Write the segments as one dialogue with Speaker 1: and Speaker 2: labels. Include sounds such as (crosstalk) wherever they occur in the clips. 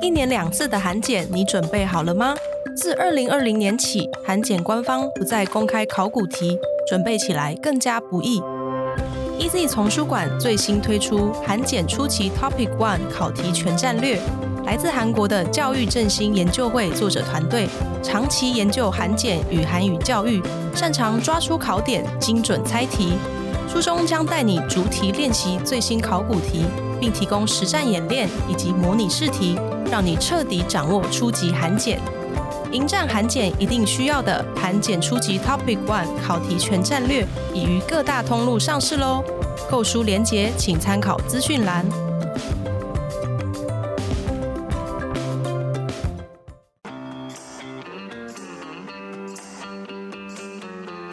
Speaker 1: 一年两次的韩检，你准备好了吗？自二零二零年起，韩检官方不再公开考古题，准备起来更加不易。EZ 丛书馆最新推出韩检初期 Topic One 考题全战略，来自韩国的教育振兴研究会作者团队，长期研究韩检与韩语教育，擅长抓出考点，精准猜题。书中将带你逐题练习最新考古题，并提供实战演练以及模拟试题，让你彻底掌握初级韩检。迎战韩检一定需要的韩检初级 Topic One 考题全战略已于各大通路上市喽！购书连结请参考资讯栏。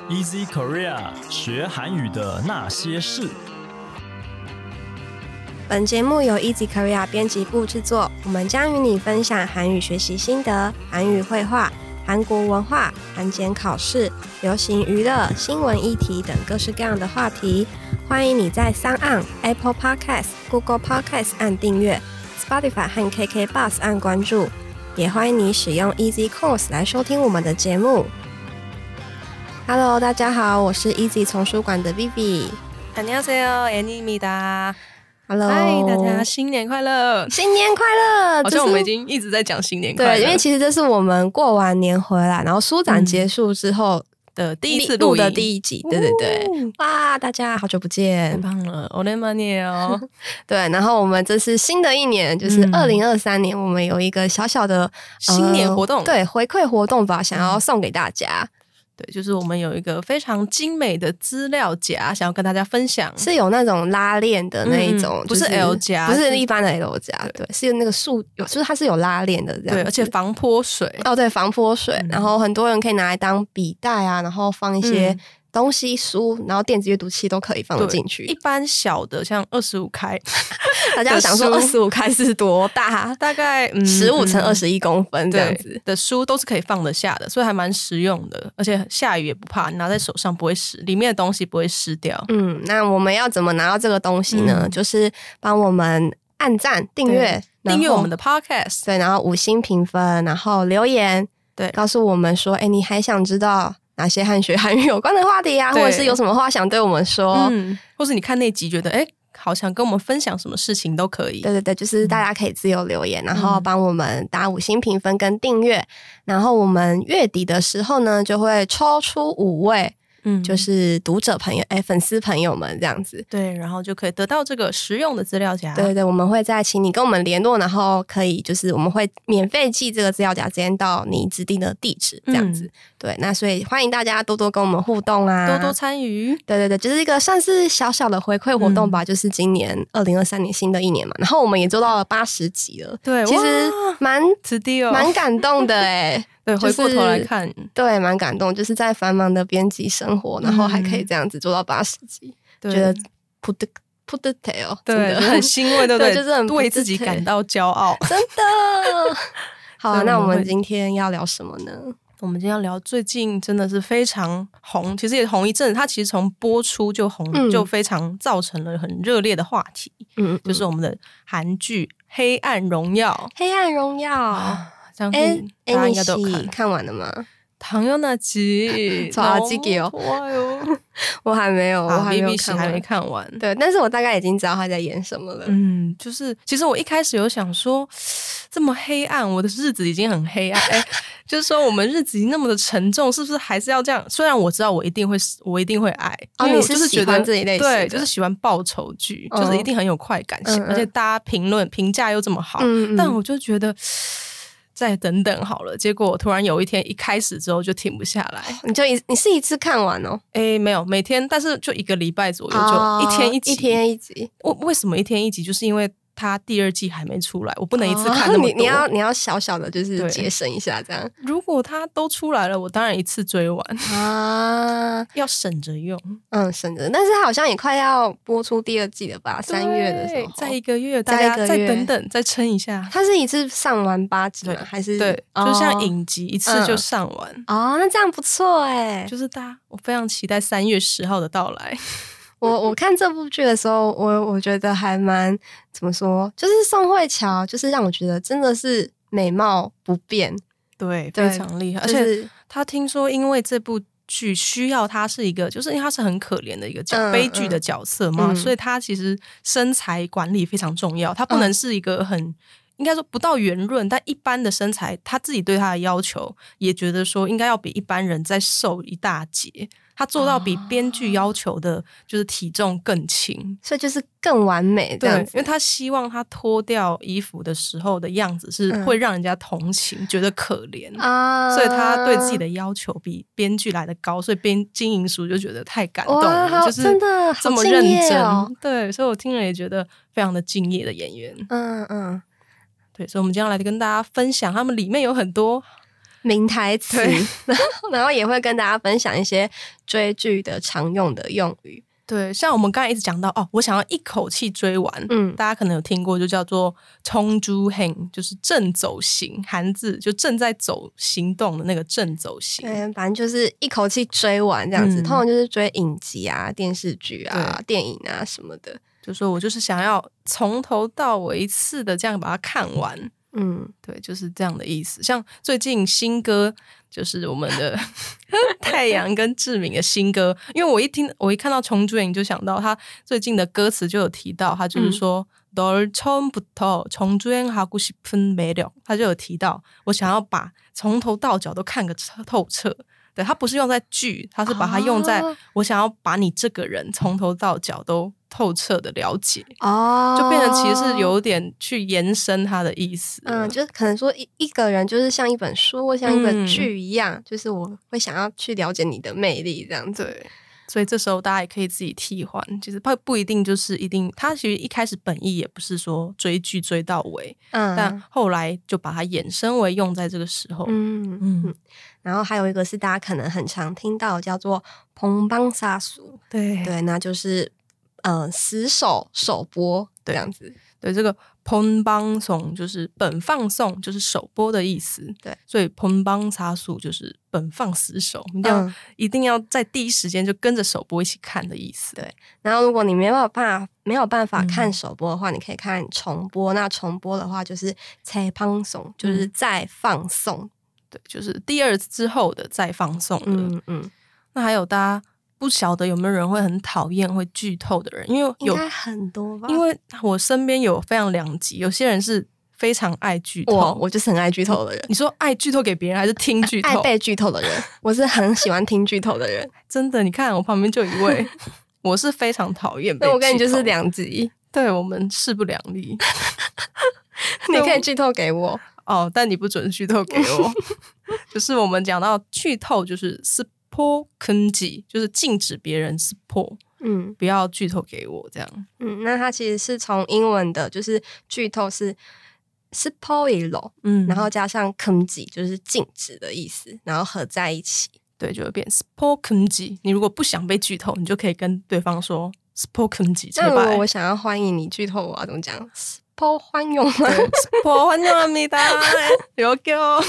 Speaker 2: Easy Korea 学韩语的那些事。
Speaker 3: 本节目由 Easy Korea 编辑部制作，我们将与你分享韩语学习心得、韩语绘画、韩国文化、韩检考试、流行娱乐、新闻议题等各式各样的话题。欢迎你在 s o Apple Podcast、Google Podcast 按订阅，Spotify 和 KK Bus 按关注，也欢迎你使用 Easy Course 来收听我们的节目。Hello，大家好，我是 Easy 丛书馆的 Vivi。
Speaker 1: 안녕하세요 애니입니다。
Speaker 3: Hello，
Speaker 1: 嗨，大家新年快乐！
Speaker 3: 新年快乐！
Speaker 1: 好
Speaker 3: 这
Speaker 1: 像我
Speaker 3: 是
Speaker 1: 们已经一直在讲新年快乐，
Speaker 3: 对，因为其实这是我们过完年回来，然后书展结束之后、
Speaker 1: 的第一次
Speaker 3: 录
Speaker 1: 录
Speaker 3: 的
Speaker 1: 音
Speaker 3: 第一集，对对对。
Speaker 1: 哦
Speaker 3: 哇，大家好久不
Speaker 1: 太
Speaker 3: 见！
Speaker 1: 棒了，我的妈耶哦！
Speaker 3: 对，然后我们这是新的一年，就是
Speaker 1: 嗯
Speaker 3: 二零二三年，我们有一个小小的、呃
Speaker 1: 新年活动嗯
Speaker 3: 对回馈活动吧，想要送给大家，
Speaker 1: 对，就是我们有一个非常精美的资料夹，想要跟大家分享。
Speaker 3: 是有那种拉链的那一种，
Speaker 1: 嗯
Speaker 3: 就
Speaker 1: 不是 L 夹
Speaker 3: 不是
Speaker 1: 是
Speaker 3: 一般的 L 夹，对，是那个竖，有就是它是有拉链的这样子，
Speaker 1: 对，而且防泼水，
Speaker 3: 哦，对，防泼水，
Speaker 1: 嗯
Speaker 3: 然后很多人可以拿来当笔袋啊，然后放一些
Speaker 1: 嗯
Speaker 3: 东西、书，然后电子阅读器都可以放进
Speaker 1: 一
Speaker 3: 去。
Speaker 1: 般小的像二十五开，
Speaker 3: 大家想说
Speaker 1: 的
Speaker 3: (laughs) 二
Speaker 1: 书
Speaker 3: 十五开是多大？
Speaker 1: 大
Speaker 3: (laughs)
Speaker 1: 概
Speaker 3: 十五乘二
Speaker 1: 十。
Speaker 3: 十一公分这样
Speaker 1: 对
Speaker 3: 子。
Speaker 1: 的书都是可以放得下的，所以还蛮实用的，而且下雨也不怕，你拿在手上不会湿，里面的东西不会湿掉。
Speaker 3: 嗯，那我们要怎么拿到这个东西呢？
Speaker 1: 嗯
Speaker 3: 就是帮我们按赞、订阅、然
Speaker 1: 订
Speaker 3: 后
Speaker 1: 阅我们的 podcast，
Speaker 3: 对，然后五星评分，然后留言，
Speaker 1: 对
Speaker 3: 告诉我们说，哎，你还想知道哪些和学韩语有关的话题啊，或
Speaker 1: 对
Speaker 3: 者是有什么话想对我们说？
Speaker 1: 嗯，或是你看那集觉得哎、诶好想跟我们分享什么事情都可以
Speaker 3: 对。对对，
Speaker 1: 嗯
Speaker 3: 就是大家可以自由留言，然后帮我们打五星评分跟订阅。然后我们月底的时候呢，就会抽出五位，
Speaker 1: 嗯
Speaker 3: 就是读者朋友、哎粉丝朋友们这样子。
Speaker 1: 对，然后就可以得到这个实用的资料夹。
Speaker 3: 对对对，我们会再请你跟我们联络，然后可以就是我们会免费寄这个资料夹，直接到你指定的地址这样子。
Speaker 1: 嗯
Speaker 3: 对，那所以欢迎大家多多跟我们互动啊，
Speaker 1: 多多参与。
Speaker 3: 对对对，就是一个算是小小的回馈活动
Speaker 1: 嗯
Speaker 3: 吧，就是今年二零二三年新的一年嘛，然后我们也做到了八十集了，
Speaker 1: 对
Speaker 3: 其实
Speaker 1: 哇
Speaker 3: 蛮
Speaker 1: 此地哦，
Speaker 3: 蛮感动的哎、
Speaker 1: (laughs) 对，
Speaker 3: 就
Speaker 1: 回过头来
Speaker 3: 是
Speaker 1: 看，
Speaker 3: 对，蛮感动，就是在繁忙的编辑生活，然后还可以这样子做到八十集，
Speaker 1: 嗯对
Speaker 3: 觉得扑的扑的 tail，真
Speaker 1: 对，
Speaker 3: 的
Speaker 1: 觉得
Speaker 3: (laughs)
Speaker 1: 很欣慰，对不
Speaker 3: 对就是很
Speaker 1: 为自己感到骄
Speaker 3: (laughs)
Speaker 1: 傲。
Speaker 3: 真
Speaker 1: (laughs)
Speaker 3: 的。好、啊，
Speaker 1: 对
Speaker 3: 那
Speaker 1: 我
Speaker 3: 我
Speaker 1: 们
Speaker 3: 们
Speaker 1: 会
Speaker 3: 今天要聊什么呢？
Speaker 1: 我们今天要聊最近真的是非常红，其实也红一阵子。它其实从播出就红，
Speaker 3: 嗯
Speaker 1: 就非常造成了很热烈的话题，
Speaker 3: 嗯，
Speaker 1: 就
Speaker 3: 就是是《
Speaker 1: 我们的韩剧《黑暗荣耀啊
Speaker 3: 黑暗荣耀》》。
Speaker 1: (gasps) 相
Speaker 3: 哎
Speaker 1: 信
Speaker 3: 哎，
Speaker 1: 嗯大家
Speaker 3: 你
Speaker 1: 应该都有
Speaker 3: 是
Speaker 1: 看。
Speaker 3: 看完了吗？
Speaker 1: 唐优那
Speaker 3: (laughs)
Speaker 1: 集，
Speaker 3: 좋아지기요
Speaker 1: 너무좋아요
Speaker 3: 我还没哦 (laughs) 有，我
Speaker 1: 啊
Speaker 3: 还没有
Speaker 1: 哦，B B
Speaker 3: 看
Speaker 1: 还没
Speaker 3: 完。
Speaker 1: 看完。
Speaker 3: 对，但是我大概已经知道他在演什么了。
Speaker 1: 嗯，就是其实我一开始有想说，这么黑暗，我的日子已经很黑暗，哎， (laughs) 就是说我们日子已经那么的沉重，是不是还是要这样？虽然我知道我一定会，我一定会爱，因
Speaker 3: 哦
Speaker 1: 为
Speaker 3: 你
Speaker 1: 我
Speaker 3: 是
Speaker 1: 就是
Speaker 3: 喜
Speaker 1: 觉得
Speaker 3: 欢这一类型的
Speaker 1: 对，就是喜欢报仇剧，就是一定很有快感性，
Speaker 3: 嗯嗯
Speaker 1: 而且大家评论评价又这么好，
Speaker 3: 嗯嗯
Speaker 1: 但我就觉得。再等等好了，结果我突然有一天一开始之后就停不下来，
Speaker 3: 你就一你是一次看完哦，
Speaker 1: 哎，没有每天，但是就一个礼拜左右，
Speaker 3: 哦
Speaker 1: 就一天一集，
Speaker 3: 一天一集，
Speaker 1: 我为什么一天一集？就是因为它第二季还没出来，我不
Speaker 3: 不
Speaker 1: 能一次看那么多。
Speaker 3: 哦啊你你要你要小小的，就是
Speaker 1: 对
Speaker 3: 节省一下
Speaker 1: (laughs)
Speaker 3: 这样
Speaker 1: 如果它都出来了，我当然一次追完，
Speaker 3: 啊。
Speaker 1: 要省着用。
Speaker 3: 嗯，省着，但是它好像也快要播出第二季了吧？三月的时
Speaker 1: 对
Speaker 3: 候，
Speaker 1: 再一个月，
Speaker 3: 再
Speaker 1: 大
Speaker 3: 一
Speaker 1: 家
Speaker 3: 个
Speaker 1: 再
Speaker 3: 月
Speaker 1: 等等，再撑一下。
Speaker 3: 它是一次上完八集吗？
Speaker 1: 对
Speaker 3: 还是
Speaker 1: 对，就像
Speaker 3: 哦嗯
Speaker 1: 影集一次就上完，
Speaker 3: 哦，那这样不错哎、
Speaker 1: 就是大家，我非常期待三月十号的到来。
Speaker 3: 我我看这部剧的时候，我我觉得还蛮怎么说，就是宋慧乔，就是让我觉得真的是美貌不变，
Speaker 1: 对，
Speaker 3: 对
Speaker 1: 非常厉害。而
Speaker 3: 就
Speaker 1: 且
Speaker 3: 是
Speaker 1: 他听说，因为这部剧需要他是一个，就是因为他是很可怜的一个角、
Speaker 3: 嗯
Speaker 1: 悲剧的角色嘛，
Speaker 3: 嗯
Speaker 1: 所以他其实身材管理非常重要，他不
Speaker 3: 嗯
Speaker 1: 能是一个很。应该说不到圆润，但一般的身材，他自己对他的要求也觉得说应该要比一般人再瘦一大截。他做到
Speaker 3: 哦
Speaker 1: 比编剧要求的，就是体重更轻。
Speaker 3: 所以就是更完美这
Speaker 1: 对
Speaker 3: 样，
Speaker 1: 因为
Speaker 3: 子。
Speaker 1: 他希望他脱掉衣服的时候的样子是
Speaker 3: 嗯
Speaker 1: 会让人家同情，觉得可怜
Speaker 3: 啊
Speaker 1: 所以他对自己的要求比编剧来的高，所以编金银淑就觉得太感动
Speaker 3: 哇
Speaker 1: 了，
Speaker 3: 好
Speaker 1: 就是
Speaker 3: 真的好
Speaker 1: 这么
Speaker 3: 敬
Speaker 1: 认
Speaker 3: 业
Speaker 1: 真。
Speaker 3: 哦
Speaker 1: 对，所以我听了也觉得非常的敬业的演员。
Speaker 3: 嗯嗯
Speaker 1: 对，所以我们今天要来跟大家分享，他们里面有很多
Speaker 3: 名台词
Speaker 1: 对，
Speaker 3: 然后 (laughs) 然后也会跟大家分享一些追剧的常用的用语。
Speaker 1: 对，像我们刚才一直讲到哦，我想要一口气追完。
Speaker 3: 嗯
Speaker 1: 大家可能有听过，就叫做“冲珠 hang”，就是正走行，韩字就正在走行动的那个正走行。
Speaker 3: 对，反正就是一口气追完这样子，
Speaker 1: 嗯
Speaker 3: 通常就是追影集啊、电视剧啊、电影啊什么的。
Speaker 1: 就说我就是想要从头到尾一次的这样把它看完。
Speaker 3: 嗯，
Speaker 1: 对，就是这样的意思。像最近新歌，就是我们的 (laughs) 太阳跟志明的新歌，因为我一听，我一看到重追影就想到他最近的歌词就有提到，他
Speaker 3: 嗯
Speaker 1: 就是说。널처음부터정주행하고싶은매력，他就有提到，我想要把从头到脚都看个彻透彻。对他不是用在剧，他是把它用在
Speaker 3: 哦
Speaker 1: 我想要把你这个人从头到脚都透彻的了解，
Speaker 3: 哦
Speaker 1: 就变成其实是有点去延伸他的意思了。
Speaker 3: 嗯，就是可能说一一个人就是像一本书或像一
Speaker 1: 嗯
Speaker 3: 本剧一样，就是我会想要去了解你的魅力这样子。
Speaker 1: 对，所以这时候大家也可以自己替换，其实不不一定就是一定，他其实一开始本意也不是说追剧追到尾，但
Speaker 3: 嗯
Speaker 1: 后来就把它衍生为用在这个时候。
Speaker 3: 嗯嗯
Speaker 1: 嗯。
Speaker 3: 然后还有一个是大家可能很常听到叫做“蓬邦杀熟
Speaker 1: 对”，对
Speaker 3: 对，那就是嗯、呃死守首播这
Speaker 1: 对
Speaker 3: 样子。
Speaker 1: 对，这个 “pon bang song” 就是本放送，就是首播的意思。
Speaker 3: 对，
Speaker 1: 所以 “pon bang 杀速”就是本放死守，一定要、
Speaker 3: 嗯
Speaker 1: 一定要在第一时间就跟着首播一起看的意思。
Speaker 3: 对然后如果你没有办法没有办法
Speaker 1: 嗯
Speaker 3: 看首播的话，你可以看重播。那重播的话就是“才放送”，就是
Speaker 1: 嗯
Speaker 3: 再放送。
Speaker 1: 对，就是第二次之后的再放送的。
Speaker 3: 嗯嗯，
Speaker 1: 那还有大家不晓得有没有人会很讨厌会剧透的人，因为
Speaker 3: 应
Speaker 1: 有
Speaker 3: 该很多吧？
Speaker 1: 因为我身边有非常两极，有些人是非常爱剧
Speaker 3: 我
Speaker 1: 透。
Speaker 3: 我就是很爱剧透的人，
Speaker 1: 你说爱剧透给别人，还是听 (laughs) 剧
Speaker 3: 爱
Speaker 1: 透？
Speaker 3: 被剧透的人，我是很喜欢听剧透的人。
Speaker 1: 真的，你看我旁边就有一
Speaker 3: (laughs)
Speaker 1: 位，我是非常讨厌 (laughs) 被剧
Speaker 3: 那
Speaker 1: 透。
Speaker 3: 我跟你就是，两
Speaker 1: (laughs)
Speaker 3: 极，
Speaker 1: 对我们势不两立。
Speaker 3: 你可以剧透给我。
Speaker 1: 哦，但你不准剧透给
Speaker 3: (laughs)
Speaker 1: 我。就是我们讲到剧透，就是 spoil k n g 就是禁止别人 spoil，
Speaker 3: 嗯
Speaker 1: 不要剧透给我这样。
Speaker 3: 嗯，那它其实是从英文的，就是剧透是 spoil，
Speaker 1: 嗯
Speaker 3: 然后加上 c o n g 就是禁止的意思，然后合在一起。
Speaker 1: 对，就会变 spoken 级。你如果不想被剧透，你就可以跟对方说 spoken 级。
Speaker 3: 那如果我想要欢迎你剧透我，要怎么讲？spoil 欢迎吗？
Speaker 1: 我欢迎你的 (laughs) 留给我，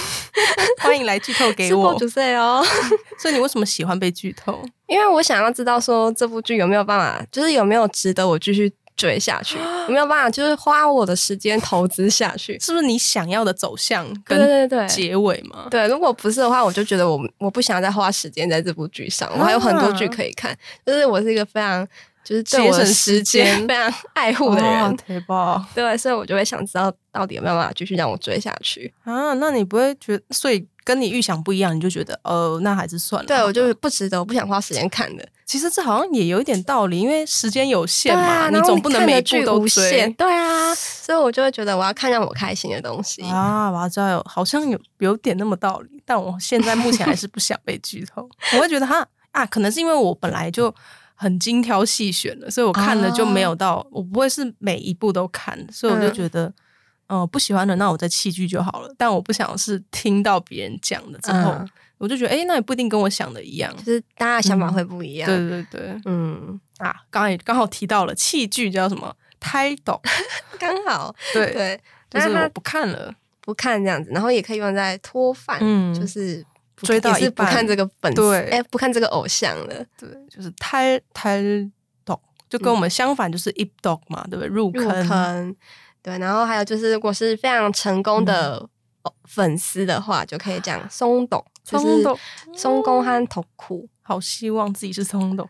Speaker 1: 欢迎来剧透 (laughs) 给我。
Speaker 3: 就是哦。 (laughs)
Speaker 1: 所以你为什么喜欢被剧透？
Speaker 3: 因为我想要知道说这部剧有没有办法，就是有没有值得我继续追下去，有没有办法就是花我的时间投资下去。 (laughs)
Speaker 1: 是不是你想要的走向
Speaker 3: 对
Speaker 1: 跟
Speaker 3: 对对对。
Speaker 1: 结尾嘛？
Speaker 3: 对，如果不是的话，我就觉得我我不想再花时间在这部剧上，我还有很多剧可以看。就是我是一个非常就是对我的时
Speaker 1: 啊节省时
Speaker 3: 间
Speaker 1: 间
Speaker 3: 非常爱护的人，
Speaker 1: 哦对吧？
Speaker 3: 对，所以我就会想知道到底有没有办法继续让我追下去。
Speaker 1: 啊，那你不会觉得，所以跟你预想不一样，你就觉得呃，那还是算了。
Speaker 3: 对，我就是不值得，我不想花时间看的。
Speaker 1: 其实这好像也有一点道理，因为时间有限嘛，
Speaker 3: 啊，然后
Speaker 1: 总不能
Speaker 3: 看的
Speaker 1: 每一
Speaker 3: 剧
Speaker 1: 部都
Speaker 3: 无
Speaker 1: 追
Speaker 3: 限。。对 (laughs) 啊，所以我就会觉得我要看让我开心的东西。
Speaker 1: 啊，我要知道有，好像有有点那么道理，但我现在目前还是不想被剧透，我会觉得哈啊，可能是因为我本来就很精挑细选了，所以我看了就没有到，我不会是每一部都看，所以我就
Speaker 3: 啊嗯
Speaker 1: 觉得，嗯、不喜欢的那我再弃剧就好了，但我不想是听到别人讲了之后，
Speaker 3: 嗯
Speaker 1: 我就觉得，哎、那也不一定跟我想的一样。
Speaker 3: 就是大家的想法会不一样。
Speaker 1: 对对对，
Speaker 3: 嗯，
Speaker 1: 啊，刚刚也刚好提到了弃剧叫什么
Speaker 3: (laughs)
Speaker 1: title，
Speaker 3: 刚好
Speaker 1: 对，
Speaker 3: (laughs) 对，
Speaker 1: 就
Speaker 3: 那
Speaker 1: 是
Speaker 3: 他
Speaker 1: 我不看了，
Speaker 3: 不看这样子，然后也可以用在拖饭，
Speaker 1: 嗯
Speaker 3: 就是不
Speaker 1: 追到
Speaker 3: 也是
Speaker 1: 一
Speaker 3: 不
Speaker 1: 半
Speaker 3: 看这个本，
Speaker 1: 对
Speaker 3: 哎，不看这个偶像了。
Speaker 1: 对，就是 title。就跟我们相反，就是 i p dog 嘛，对不对？入
Speaker 3: 嗯入坑。对，然后还有就是，如果是非常成功
Speaker 1: 嗯
Speaker 3: 的哦粉丝的话，就可
Speaker 1: (gasps)
Speaker 3: 以讲松董，就是
Speaker 1: 松董嗯
Speaker 3: 松工和头酷。
Speaker 1: 好希望自己是松斗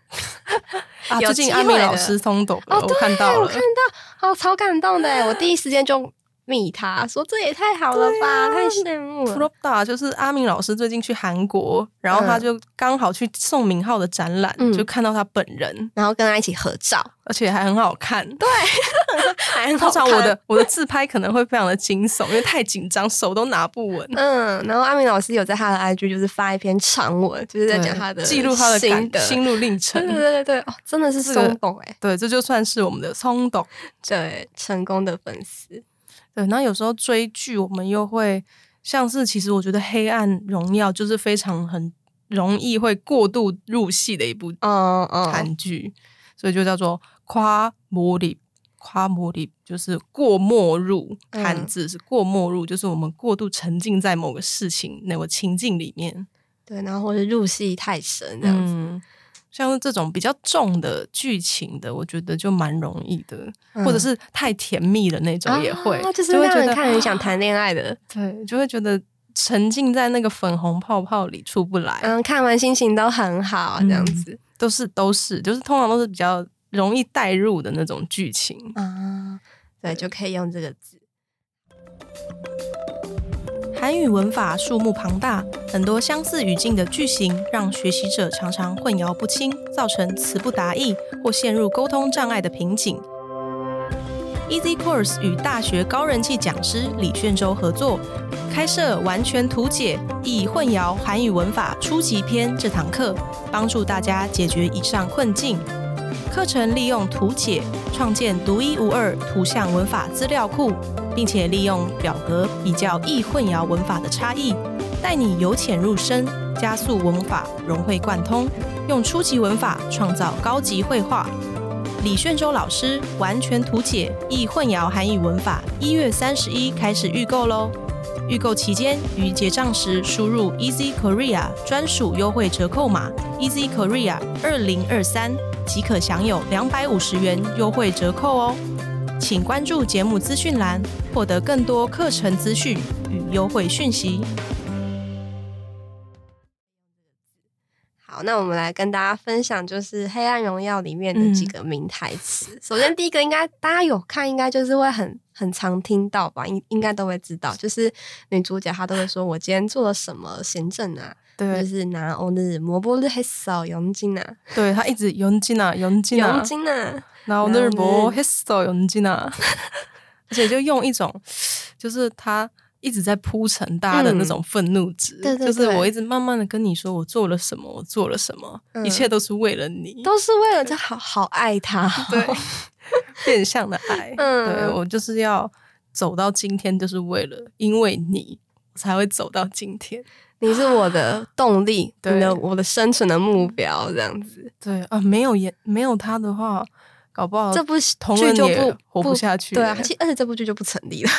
Speaker 1: (laughs) 啊！
Speaker 3: 有
Speaker 1: 最
Speaker 3: 机
Speaker 1: 近
Speaker 3: 会
Speaker 1: 阿美
Speaker 3: 的
Speaker 1: 老师松斗了，
Speaker 3: 哦，
Speaker 1: 我看到
Speaker 3: 我
Speaker 1: 了
Speaker 3: 看。到，哦，超感动的，我第一时间就密他说这也太好了
Speaker 1: 啊
Speaker 3: 吧，太羡慕
Speaker 1: p r
Speaker 3: 了
Speaker 1: o。p d a 就是阿明老师最近去韩国，然后他就刚好去宋明浩的展览，
Speaker 3: 嗯
Speaker 1: 就看到他本人，
Speaker 3: 然后跟他一起合照，
Speaker 1: 而且还很好看。对，
Speaker 3: 还很
Speaker 1: (laughs)
Speaker 3: 好
Speaker 1: 通常我
Speaker 3: 看
Speaker 1: 的我的自拍可能会非常的惊悚，因为太紧张，手都拿不
Speaker 3: (laughs)
Speaker 1: 稳。
Speaker 3: 嗯，然后阿明老师有在他的 IG 就是发一篇长文，就是在讲他的
Speaker 1: 对记录他的
Speaker 3: 心
Speaker 1: 感
Speaker 3: 得，
Speaker 1: 心路历
Speaker 3: (laughs) 对
Speaker 1: 程
Speaker 3: 对。对对对，哦，真的是
Speaker 1: 这个
Speaker 3: 松动哎，
Speaker 1: 对，这就算是我们的松斗。
Speaker 3: 对，成功的粉丝，
Speaker 1: 对，那有时候追剧，我们又会像是，其实我觉得《黑暗荣耀》就是非常很容易会过度入戏的一部
Speaker 3: 嗯嗯，
Speaker 1: 韩剧，所以就叫做夸魔里。夸魔里就是过没入，
Speaker 3: 嗯
Speaker 1: 汉字是过没入，就是我们过度沉浸在某个事情、某个情境里面。
Speaker 3: 对，然后或是入戏太深这样子，
Speaker 1: 嗯，像是这种比较重的剧情的，我觉得就蛮容易的，或者
Speaker 3: 嗯
Speaker 1: 是太甜蜜的那种也会，
Speaker 3: 啊就是
Speaker 1: 就会
Speaker 3: 让
Speaker 1: 觉
Speaker 3: 人
Speaker 1: 得
Speaker 3: 看很想谈恋爱的，
Speaker 1: 对，就会觉得沉浸在那个粉红泡泡里出不来，
Speaker 3: 嗯，看完心情都很好这
Speaker 1: 嗯
Speaker 3: 样子
Speaker 1: 都是都是，就是通常都是比较容易带入的那种剧情。
Speaker 3: 啊，对，就可以用这个字，
Speaker 1: 韩语文法数目庞大，很多相似语境的句型让学习者常常混淆不清，造成词不达意或陷入沟通障碍的瓶颈。Easy Course 与大学高人气讲师李炫洲合作，开设完全图解易混淆韩语文法初级篇这堂课，帮助大家解决以上困境。课程利用图解创建独一无二图像文法资料库，并且利用表格比较易混淆文法的差异，带你由浅入深，加速文法融会贯通，用初级文法创造高级绘画。李炫洲老师完全图解易混淆韩语文法，一月三十一开始预购喽！预购期间于结账时输入 Easy Korea 专属优惠折扣码 Easy Korea 二零二三，即可享有两百五十元优惠折扣哦。请关注节目资讯栏，获得更多课程资讯与优惠讯息。
Speaker 3: 好，那我们来跟大家分享，就是《黑暗荣耀》里面的
Speaker 1: 嗯
Speaker 3: 几个名台词。首先，第一个应该大家有看，应该就是会很很常听到吧，应应该都会知道，就是女主角她都会说：“我今天做了什么行政啊？”就，是拿오늘뭐뭐를했어용진아，
Speaker 1: 对他一直啊연진아연진아
Speaker 3: 용진아，
Speaker 1: 然后
Speaker 3: 然后
Speaker 1: 日뭐
Speaker 3: 呢
Speaker 1: 했어연진아，而且就用一种，就是他一直在铺陈大家的那种愤怒值，
Speaker 3: 嗯对对
Speaker 1: 就是
Speaker 3: 对
Speaker 1: 我一直慢慢的跟你说我做了什么，我做了什么，
Speaker 3: 嗯
Speaker 1: 一切都是为了你，
Speaker 3: 都是为了就好好爱他。
Speaker 1: 对，变相的爱，
Speaker 3: (laughs) 嗯
Speaker 1: 对我就是要走到今天，就是为了因为你我才会走到今天，
Speaker 3: 你是我的动力，
Speaker 1: (laughs) 对嗯
Speaker 3: 你的我的生存的目标，这样子，
Speaker 1: 对啊，没有也没有他的话，搞不好
Speaker 3: 这部
Speaker 1: 哦同
Speaker 3: 剧
Speaker 1: 人
Speaker 3: 就
Speaker 1: 也
Speaker 3: 不
Speaker 1: 活
Speaker 3: 不
Speaker 1: 不下去，
Speaker 3: 对啊，其而且这部剧就不成
Speaker 1: (laughs)
Speaker 3: 立了。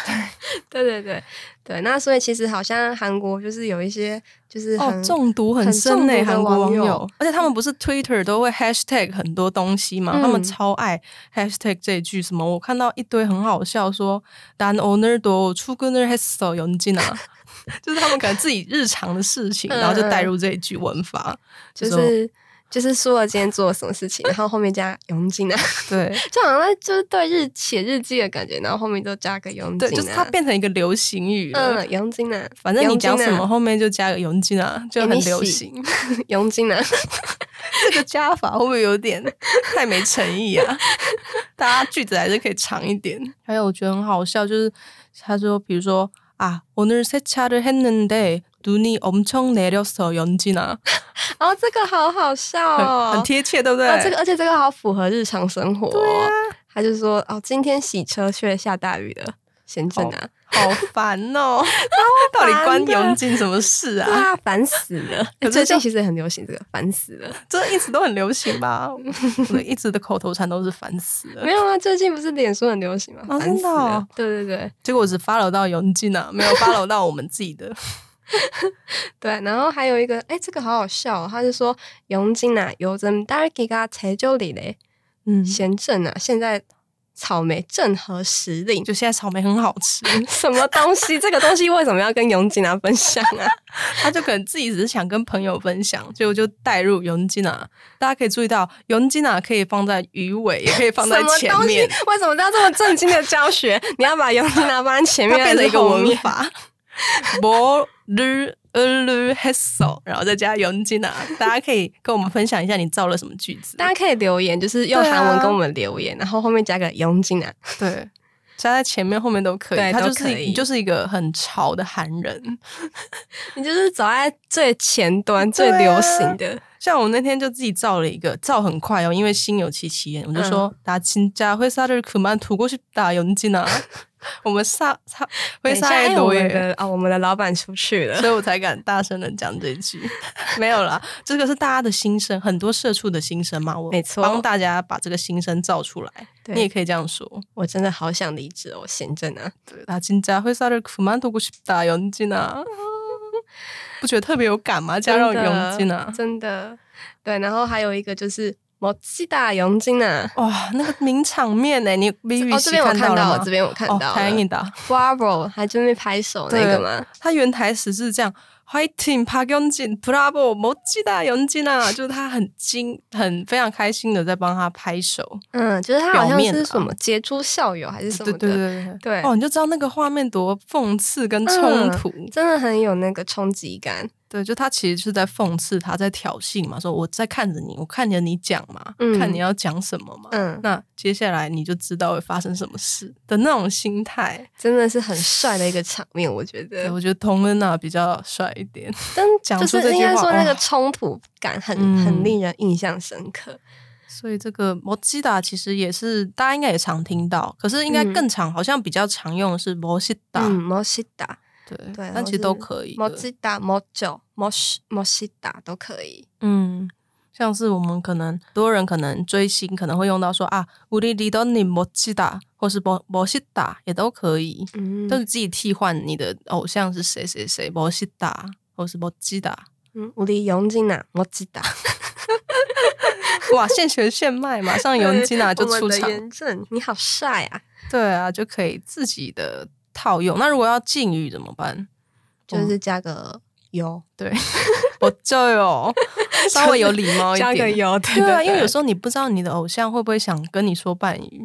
Speaker 3: 对对对对，那所以其实好像韩国就是有一些就是很、
Speaker 1: 哦，中毒很
Speaker 3: 很
Speaker 1: 深
Speaker 3: 中
Speaker 1: 呢、
Speaker 3: 毒的
Speaker 1: 韩国
Speaker 3: 网
Speaker 1: 网
Speaker 3: 友
Speaker 1: 友，而且他们不是 Twitter 都会 hashtag 很多东西嘛，他们
Speaker 3: 嗯
Speaker 1: 超爱 hashtag 这一句什么，我看到一堆很好笑说，난 오늘도 출근을 했어 연진아，就是啊 (laughs)
Speaker 3: (laughs)
Speaker 1: 他们可能自己日常的事情，
Speaker 3: 嗯
Speaker 1: 然后就带入这一句文法，
Speaker 3: 就
Speaker 1: 这种
Speaker 3: 是就是说了今天做了什么
Speaker 1: (laughs)
Speaker 3: 事情，然后后面加佣金啊， (laughs)
Speaker 1: 对。
Speaker 3: 就好像在就是对日写日记的感觉，然后后面都加个佣金、
Speaker 1: 对，
Speaker 3: 啊，
Speaker 1: 就是它变成一个流行语了。
Speaker 3: 嗯佣金啊，
Speaker 1: 反正你讲什么，
Speaker 3: 佣金啊
Speaker 1: 后面就加个佣金啊，就很
Speaker 3: 你
Speaker 1: 流
Speaker 3: 洗
Speaker 1: 行。
Speaker 3: 佣金
Speaker 1: (laughs)
Speaker 3: 啊，
Speaker 1: 这个加法会不会有点太没诚意 (laughs) 啊？大家句子还是可以长一点。还有我觉得很好笑，就是他说，比如说啊，오늘세차를했는데눈이엄청내려서연진아，
Speaker 3: 然哦后这个好好笑哦，
Speaker 1: 很很贴切，对不对？啊
Speaker 3: 啊，这个而且这个好符合日常生活、哦。他就说哦，今天洗车却下大雨了，先
Speaker 1: 哦
Speaker 3: 正啊，
Speaker 1: 好烦 (laughs) 哦，到底关
Speaker 3: 的
Speaker 1: 永进什么事
Speaker 3: 对
Speaker 1: 啊？ (laughs)
Speaker 3: 啊，烦死了！
Speaker 1: 可是
Speaker 3: 最近
Speaker 1: 就
Speaker 3: 其实很流行这个，烦死
Speaker 1: (laughs)
Speaker 3: 了。
Speaker 1: 这一直都很流行 (laughs) 吧？我一直的口头禅都是烦死了
Speaker 3: 没。有啊，最近不是脸书很流行吗？
Speaker 1: 哦
Speaker 3: 烦
Speaker 1: 真
Speaker 3: 死
Speaker 1: 的
Speaker 3: 了
Speaker 1: 哦！
Speaker 3: 对对对
Speaker 1: 结果我只 follow 到永进啊，没有 follow 到我们自己的。
Speaker 3: 对，然后还有一个，哎，这个好好笑、哦，他就说佣金啊，요즘딸기가제조리래，
Speaker 1: 嗯，
Speaker 3: 贤正啊，现在草莓正合时
Speaker 1: (laughs)
Speaker 3: 令，(laughs)
Speaker 1: 就现在草莓很好吃，
Speaker 3: 什么东西？这个东西为什么要跟永井啊分享啊？
Speaker 1: 他就可能自己只是想跟朋友分享，所以我就带入尤金啊。大家可以注意到，尤金啊可以放在鱼尾，也可以放在前
Speaker 3: 什么东西
Speaker 1: 面，？
Speaker 3: 为什么要这么正经的教学？ (laughs) 你要把永井啊放在前
Speaker 1: 它
Speaker 3: 面，
Speaker 1: 变成
Speaker 3: 成
Speaker 1: 一个文
Speaker 3: 面。
Speaker 1: 法。博绿呃绿黑手，然后再加尤金啊，大家可以跟我们分享一下你造了什么句子。
Speaker 3: (laughs) 大家可以留言，就是用
Speaker 1: 对啊
Speaker 3: 韩文跟我们留言，然后后面加个永井啊。
Speaker 1: (laughs) 对，加在前面后面都可以。
Speaker 3: 对
Speaker 1: 他就
Speaker 3: 都可
Speaker 1: 是
Speaker 3: 以
Speaker 1: 你就是一个很潮的韩人。
Speaker 3: 你就是走在最前端、
Speaker 1: 对
Speaker 3: 最
Speaker 1: 啊
Speaker 3: 流行的。
Speaker 1: 像我那天就自己造了一个，造很快哦，因为心有戚戚焉，我就
Speaker 3: 嗯
Speaker 1: 说打亲家会杀的可曼土过去打永进啊，我们杀杀会
Speaker 3: 等一下
Speaker 1: 杀
Speaker 3: 哎
Speaker 1: 也
Speaker 3: 我
Speaker 1: 多
Speaker 3: 们
Speaker 1: 耶，
Speaker 3: 的啊、我们的老板出去了
Speaker 1: 所。以我才敢大声的讲这一句。 (laughs) 没有啦，这个是大家的心声，很多社畜的心声嘛，我
Speaker 3: 没错
Speaker 1: 帮大家把这个心声造出来，你也
Speaker 3: 对，
Speaker 1: 可以这样说。
Speaker 3: 我真的好想离职哦，贤正啊！
Speaker 1: 打亲家会杀的可曼土过去打永进啊，不觉得特别有感吗？加上
Speaker 3: 真的
Speaker 1: 永进啊。
Speaker 3: 真的对。然后还有一个就是摩西达永金啊。
Speaker 1: 哇，那个名场面呢、你 Vivi
Speaker 3: 哦，这边我看
Speaker 1: 到了
Speaker 3: 到
Speaker 1: 吗
Speaker 3: 了，这边我看
Speaker 1: 哦，
Speaker 3: 到
Speaker 1: 다행이
Speaker 3: 了。
Speaker 1: 다。
Speaker 3: Bravo，还真没拍手那个吗？
Speaker 1: 他原台词是这样：Fighting 박연진 Bravo，멋지다 연진아，就是 (laughs) 他很惊，很非常开心的在帮他拍手。
Speaker 3: 嗯，就是他好
Speaker 1: 表
Speaker 3: 像
Speaker 1: 面
Speaker 3: 是
Speaker 1: 啊
Speaker 3: 什么杰出校友还是什
Speaker 1: 对
Speaker 3: 么
Speaker 1: 对
Speaker 3: 的，
Speaker 1: 对对
Speaker 3: 对
Speaker 1: 哦，你就知道那个画面多讽刺跟冲突。
Speaker 3: 真的很有那个冲击感。
Speaker 1: 对，就他其实是在讽刺他，在挑衅嘛，说我在看着你，我看着你讲嘛，
Speaker 3: 嗯
Speaker 1: 看你要讲什么嘛。
Speaker 3: 嗯，
Speaker 1: 那接下来你就知道会发生什么事的那种心态，
Speaker 3: 真的是很帅的一个场面，我觉
Speaker 1: 对
Speaker 3: 得。
Speaker 1: 我觉得童恩啊比较帅一点。
Speaker 3: 但
Speaker 1: 讲
Speaker 3: 就
Speaker 1: 出
Speaker 3: 是
Speaker 1: 这
Speaker 3: 应
Speaker 1: 句
Speaker 3: 该
Speaker 1: 话
Speaker 3: 说
Speaker 1: 哇
Speaker 3: 那个冲突感很、
Speaker 1: 嗯
Speaker 3: 很令人印象深刻。
Speaker 1: 所以这个摩西达其实也是大家应该也常听到，可是应该更常，好像比较常用的是摩西达，
Speaker 3: 嗯，摩西达、
Speaker 1: 对，
Speaker 3: 对
Speaker 1: 但其实都可啊以的。
Speaker 3: 摩西达、摩九、摩西、摩西达都可以。
Speaker 1: 嗯，像是我们可能多人可能追星可能会用到说啊，우리리더님멋지다，或是摩摩西达也都可以，
Speaker 3: 嗯，
Speaker 1: 都是自己替换你的偶像是谁谁谁摩西达，或是摩西达。
Speaker 3: 嗯，우리영진아摩西达，
Speaker 1: (laughs) 哇，现学现卖，马上尤金
Speaker 3: (laughs)
Speaker 1: 娜就
Speaker 3: 我
Speaker 1: 出
Speaker 3: 们的
Speaker 1: 场。
Speaker 3: 严正，你好帅啊！
Speaker 1: 对啊，就可以自己的套用。那如果要禁语怎么办？
Speaker 3: 就是加个油，
Speaker 1: (laughs) 对，我就
Speaker 3: (laughs)
Speaker 1: 有哦稍微有礼貌一点。
Speaker 3: 油，
Speaker 1: 对啊，因为有
Speaker 3: 时
Speaker 1: 时候你不知道你的偶像会不会想跟你说半语。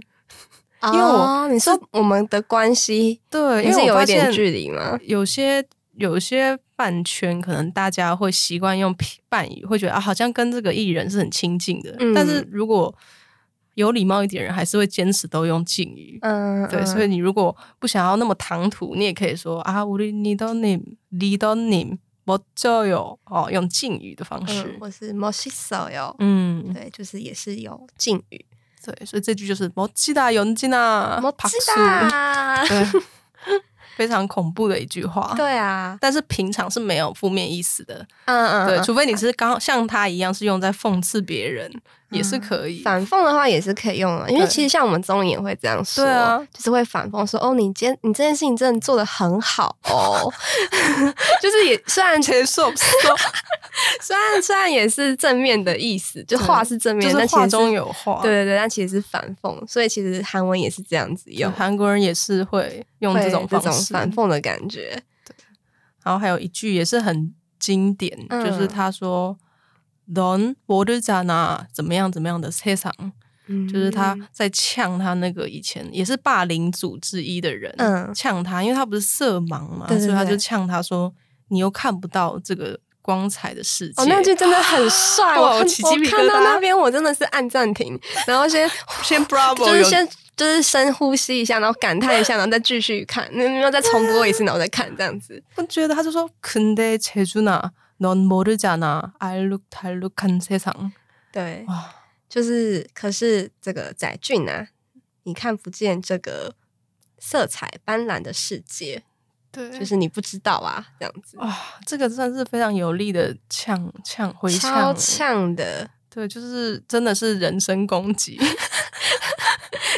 Speaker 3: 候，
Speaker 1: 因为我
Speaker 3: 哦你说我们的关系
Speaker 1: 对，
Speaker 3: 你
Speaker 1: 因
Speaker 3: 是
Speaker 1: 为我
Speaker 3: 有
Speaker 1: 发
Speaker 3: 一点
Speaker 1: 现
Speaker 3: 距离吗？
Speaker 1: 有些有些饭圈可能大家会习惯用平半语，会觉得啊，好像跟这个艺人是很亲近的。
Speaker 3: 嗯
Speaker 1: 但是如果有礼貌一点的人，还是会坚持都用敬语。
Speaker 3: 嗯，
Speaker 1: 对，所以你如果不想要那么唐突，你也可以说啊，우리리더님리더님，我就有哦，用敬语的方式。
Speaker 3: 嗯我是摩西手哟，
Speaker 1: 嗯，
Speaker 3: 对，就是也是有敬语。
Speaker 1: 对，所以这句就是“摩吉达永吉娜”，
Speaker 3: 我
Speaker 1: 박수
Speaker 3: 知道，
Speaker 1: (laughs) 对，非常恐怖的一句话。，
Speaker 3: (laughs) 对啊，
Speaker 1: 但是平常是没有负面意思的，
Speaker 3: 嗯嗯，
Speaker 1: 对，
Speaker 3: 嗯
Speaker 1: 除非你是刚像他一样是用在讽刺别人，也是可以。
Speaker 3: 嗯
Speaker 1: (laughs)
Speaker 3: 反讽的话也是可以用的，因为
Speaker 1: 对
Speaker 3: 其实像我们综艺也会这样说，
Speaker 1: 对啊，
Speaker 3: 就是会反讽说，哦，你今天你这件事情真的做的很好
Speaker 1: (laughs)
Speaker 3: 哦， (laughs) 就是也虽然
Speaker 1: 接
Speaker 3: (laughs)
Speaker 1: 受不受，
Speaker 3: 虽然虽然也是正面的意思，就
Speaker 1: 对
Speaker 3: 话是正面，
Speaker 1: 就是
Speaker 3: 但其实
Speaker 1: 话
Speaker 3: 是
Speaker 1: 中有话。
Speaker 3: 对对对，但其实是反讽，所以其实韩文也是这样子
Speaker 1: 有
Speaker 3: 用，
Speaker 1: 韩国人也是会用
Speaker 3: 会
Speaker 1: 这种
Speaker 3: 这
Speaker 1: 方
Speaker 3: 种
Speaker 1: 式。
Speaker 3: 反讽的感觉，
Speaker 1: 然后还有一句也是很经典，
Speaker 3: 嗯
Speaker 1: 就是他说“넌모르잖아”，怎么样怎么样的세상。就是他
Speaker 3: 嗯
Speaker 1: 在呛他那个以前也是霸凌组之一的人，
Speaker 3: 嗯
Speaker 1: 呛他，因为他不是色盲嘛，
Speaker 3: 对对
Speaker 1: 所以他
Speaker 3: 对
Speaker 1: 就呛他说：“你又看不到这个光彩的世界。
Speaker 3: 哦，那句真的很
Speaker 1: (laughs)
Speaker 3: 帅，
Speaker 1: 哇
Speaker 3: 我
Speaker 1: 我
Speaker 3: 看
Speaker 1: 起鸡皮
Speaker 3: 我看
Speaker 1: 疙
Speaker 3: 到
Speaker 1: 瘩
Speaker 3: 那边我真的是按暂停，然后先
Speaker 1: (laughs) 先 bravo，
Speaker 3: (laughs) 就是
Speaker 1: 有
Speaker 3: 先就是深呼吸一下，然后感叹一下，然后再继续看，那然后再重播一次，然后再看这样
Speaker 1: (laughs)
Speaker 3: 子。
Speaker 1: 我觉得他就说근데재준아넌모르잖아알록달록한세상。
Speaker 3: 对，
Speaker 1: 哇，
Speaker 3: 就是可是这个载俊啊，你看不见这个色彩斑斓的世界，
Speaker 1: 对哦
Speaker 3: 就是你不知道啊，这样子。
Speaker 1: 哇，这个算是非常有力的呛呛回
Speaker 3: 超
Speaker 1: 呛，
Speaker 3: 呛的，
Speaker 1: 对，就是真的是人身攻击。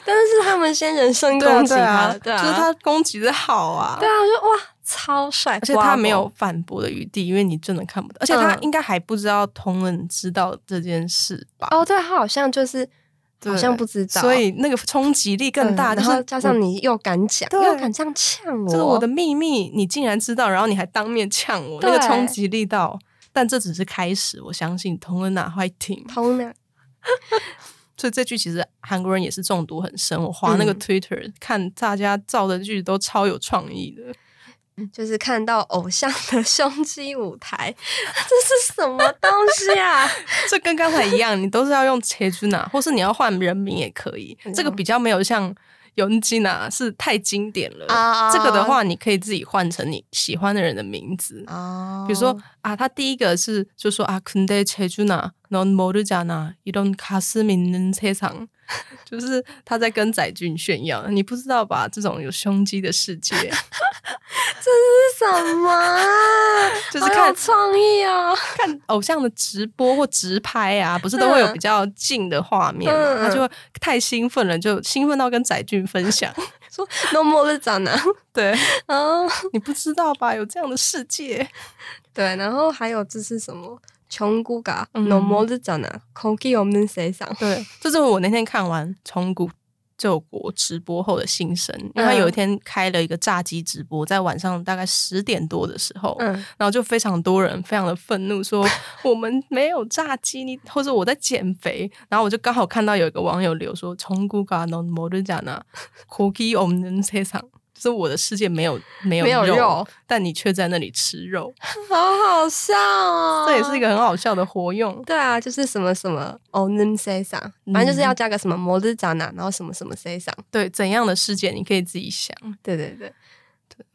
Speaker 3: 但是是他们先人身
Speaker 1: 对啊
Speaker 3: 攻击
Speaker 1: 对
Speaker 3: 他
Speaker 1: 啊
Speaker 3: 的， (laughs) 对啊，
Speaker 1: 就是他攻击的好啊，
Speaker 3: 对啊，我就哇，超帅，
Speaker 1: 而且他没有
Speaker 3: 哇，
Speaker 1: 反驳的余地，因为你真的看不到，而且他
Speaker 3: 嗯
Speaker 1: 应该还不知道同仁知道这件事吧？
Speaker 3: 哦哦，对他好像就是好像不知道，
Speaker 1: 所以那个冲击力更大，
Speaker 3: 嗯
Speaker 1: 就
Speaker 3: 然后
Speaker 1: 是
Speaker 3: 加
Speaker 1: 我
Speaker 3: 上你又敢讲，
Speaker 1: 对
Speaker 3: 又敢这样呛我，
Speaker 1: 这是我的秘密，你竟然知道，然后你还当面呛我，那个
Speaker 3: 对
Speaker 1: 冲击力道。但这只是开始，我相信同恩娜会听。
Speaker 3: 通呢。
Speaker 1: 所以这句其实韩国人也是中毒很深。我划那个
Speaker 3: 嗯
Speaker 1: Twitter、看大家造的句都超有创意的，嗯
Speaker 3: 就是看到偶像的胸肌舞台， (laughs) 这是什么东西啊？
Speaker 1: 这跟刚才一样，你都是要用切君娜，或是你要换人名也可以
Speaker 3: 嗯。
Speaker 1: 这个比较没有像尤恩基娜是太经典了。
Speaker 3: 啊
Speaker 1: 这个的话，你可以自己换成你喜欢的人的名字。
Speaker 3: 哦
Speaker 1: (laughs) 比如说啊，他第一个是就说啊，근데제주나넌모르잖아이런가슴있는세상，就是他在跟宰俊炫耀，你不知道吧？这种有胸肌的世界，
Speaker 3: 是什么啊？
Speaker 1: 就是
Speaker 3: 好
Speaker 1: 看
Speaker 3: 有创意哦。
Speaker 1: 看偶像的直播 (laughs) 或直拍啊，不是都会有比较近的画面嘛？
Speaker 3: 嗯
Speaker 1: 他就会太兴奋了，就兴奋到跟宰俊分
Speaker 3: (laughs)
Speaker 1: 享。
Speaker 3: 说 no more 的长男
Speaker 1: 对
Speaker 3: 哦，
Speaker 1: (laughs) 你不知道吧？有这样的世界，
Speaker 3: 对，然后还有这是什么？穷姑嘎
Speaker 1: 嗯哦
Speaker 3: ，no more 的长男，空气我们谁上？
Speaker 1: 对，这是我那天看完从古救国直播后的心声，因为
Speaker 3: 嗯
Speaker 1: 他有一天开了一个炸鸡直播，在晚上大概十点多的时候，
Speaker 3: 嗯，
Speaker 1: 然后就非常多人非常的愤怒 (laughs) 说我们没有炸鸡，你或者我在减肥，然后我就刚好看到有一个网友留说从古嘎农摩日加纳 cookie o n 菜场。就是我的世界没有没有啊
Speaker 3: 没有肉
Speaker 1: 但你却在那里吃肉，
Speaker 3: 好好笑哦。
Speaker 1: 这也是一个很好笑的活用。
Speaker 3: 对啊，就是什么什么哦，能谁上？反正就是
Speaker 1: 嗯
Speaker 3: 要加个什么摩日长男，然后什么什么谁上？
Speaker 1: 对，怎样的世界你可以自己想。
Speaker 3: 对对 (laughs) 对，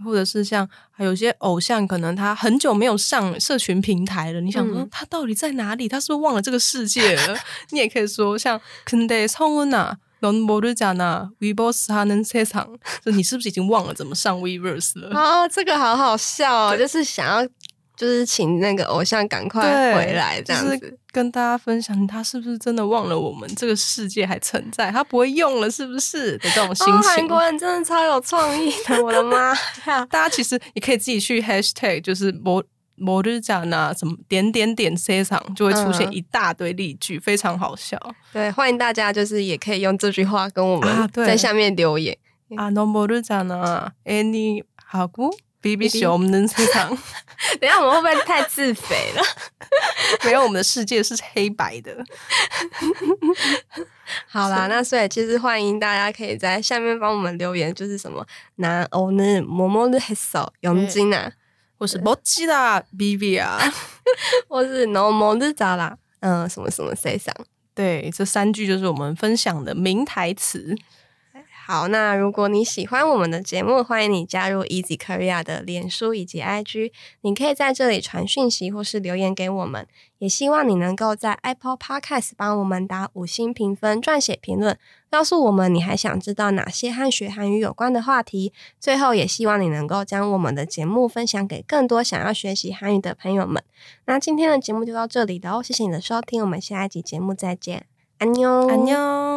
Speaker 1: 或者是像还有些偶像，可能他很久没有上社群平台了，你想说、
Speaker 3: 嗯
Speaker 1: 他到底在哪里？他是不是忘了这个世界了？ (laughs) 你也可以说像 근데성은아넌모르잖아위버스하는세상，就你是不是已经忘了怎么上 Weverse 了？
Speaker 3: 哦，这个好好笑哦，就是想要就是请那个偶像赶快
Speaker 1: 对，
Speaker 3: 回来这样
Speaker 1: 就是
Speaker 3: 子。
Speaker 1: 跟大家分享他是不是真的忘了我们这个世界还存在，他不会用了是不是的这种心
Speaker 3: 哦，韩
Speaker 1: 情。
Speaker 3: 国人真的超有创意的，我的妈
Speaker 1: (laughs)
Speaker 3: 呀！
Speaker 1: 大家其实也可以自己去 hashtag，就是摩摩日展啊，什么点点点 C 场，就会出现
Speaker 3: 嗯
Speaker 1: 一大堆例句，非常好笑
Speaker 3: 对，欢迎大家就是也可以用这句话跟我
Speaker 1: 啊
Speaker 3: 们
Speaker 1: 对
Speaker 3: 在下面留言。
Speaker 1: 啊。no 摩日展啊，any 好姑。比比
Speaker 3: BB
Speaker 1: 熊，我们的市
Speaker 3: (laughs)
Speaker 1: 场
Speaker 3: 等一下我们会不会太自肥了？
Speaker 1: 没有我们的世界是黑白的。
Speaker 3: 好啦，那所以其实欢迎大家可以在下面帮我们留言，就是什么男欧呢、某某的黑手、佣金啊，
Speaker 1: 我是摩基啦，B B 啊，
Speaker 3: (laughs) 或是 no 某的咋啦，嗯，什么什么谁上。
Speaker 1: 对，这三句就是我们分享的名台词。
Speaker 3: 好，那如果你喜欢我们的节目，欢迎你加入 Easy Korea 的脸书以及 IG，你可以在这里传讯息或是留言给我们。也希望你能够在 Apple Podcast 帮我们打五星评分、撰写评论，告诉我们你还想知道哪些和学韩语有关的话题。最后，也希望你能够将我们的节目分享给更多想要学习韩语的朋友们。那今天的节目就到这里了哦，谢谢你的收听，我们下一集节目再见，安妞，
Speaker 1: 安妞。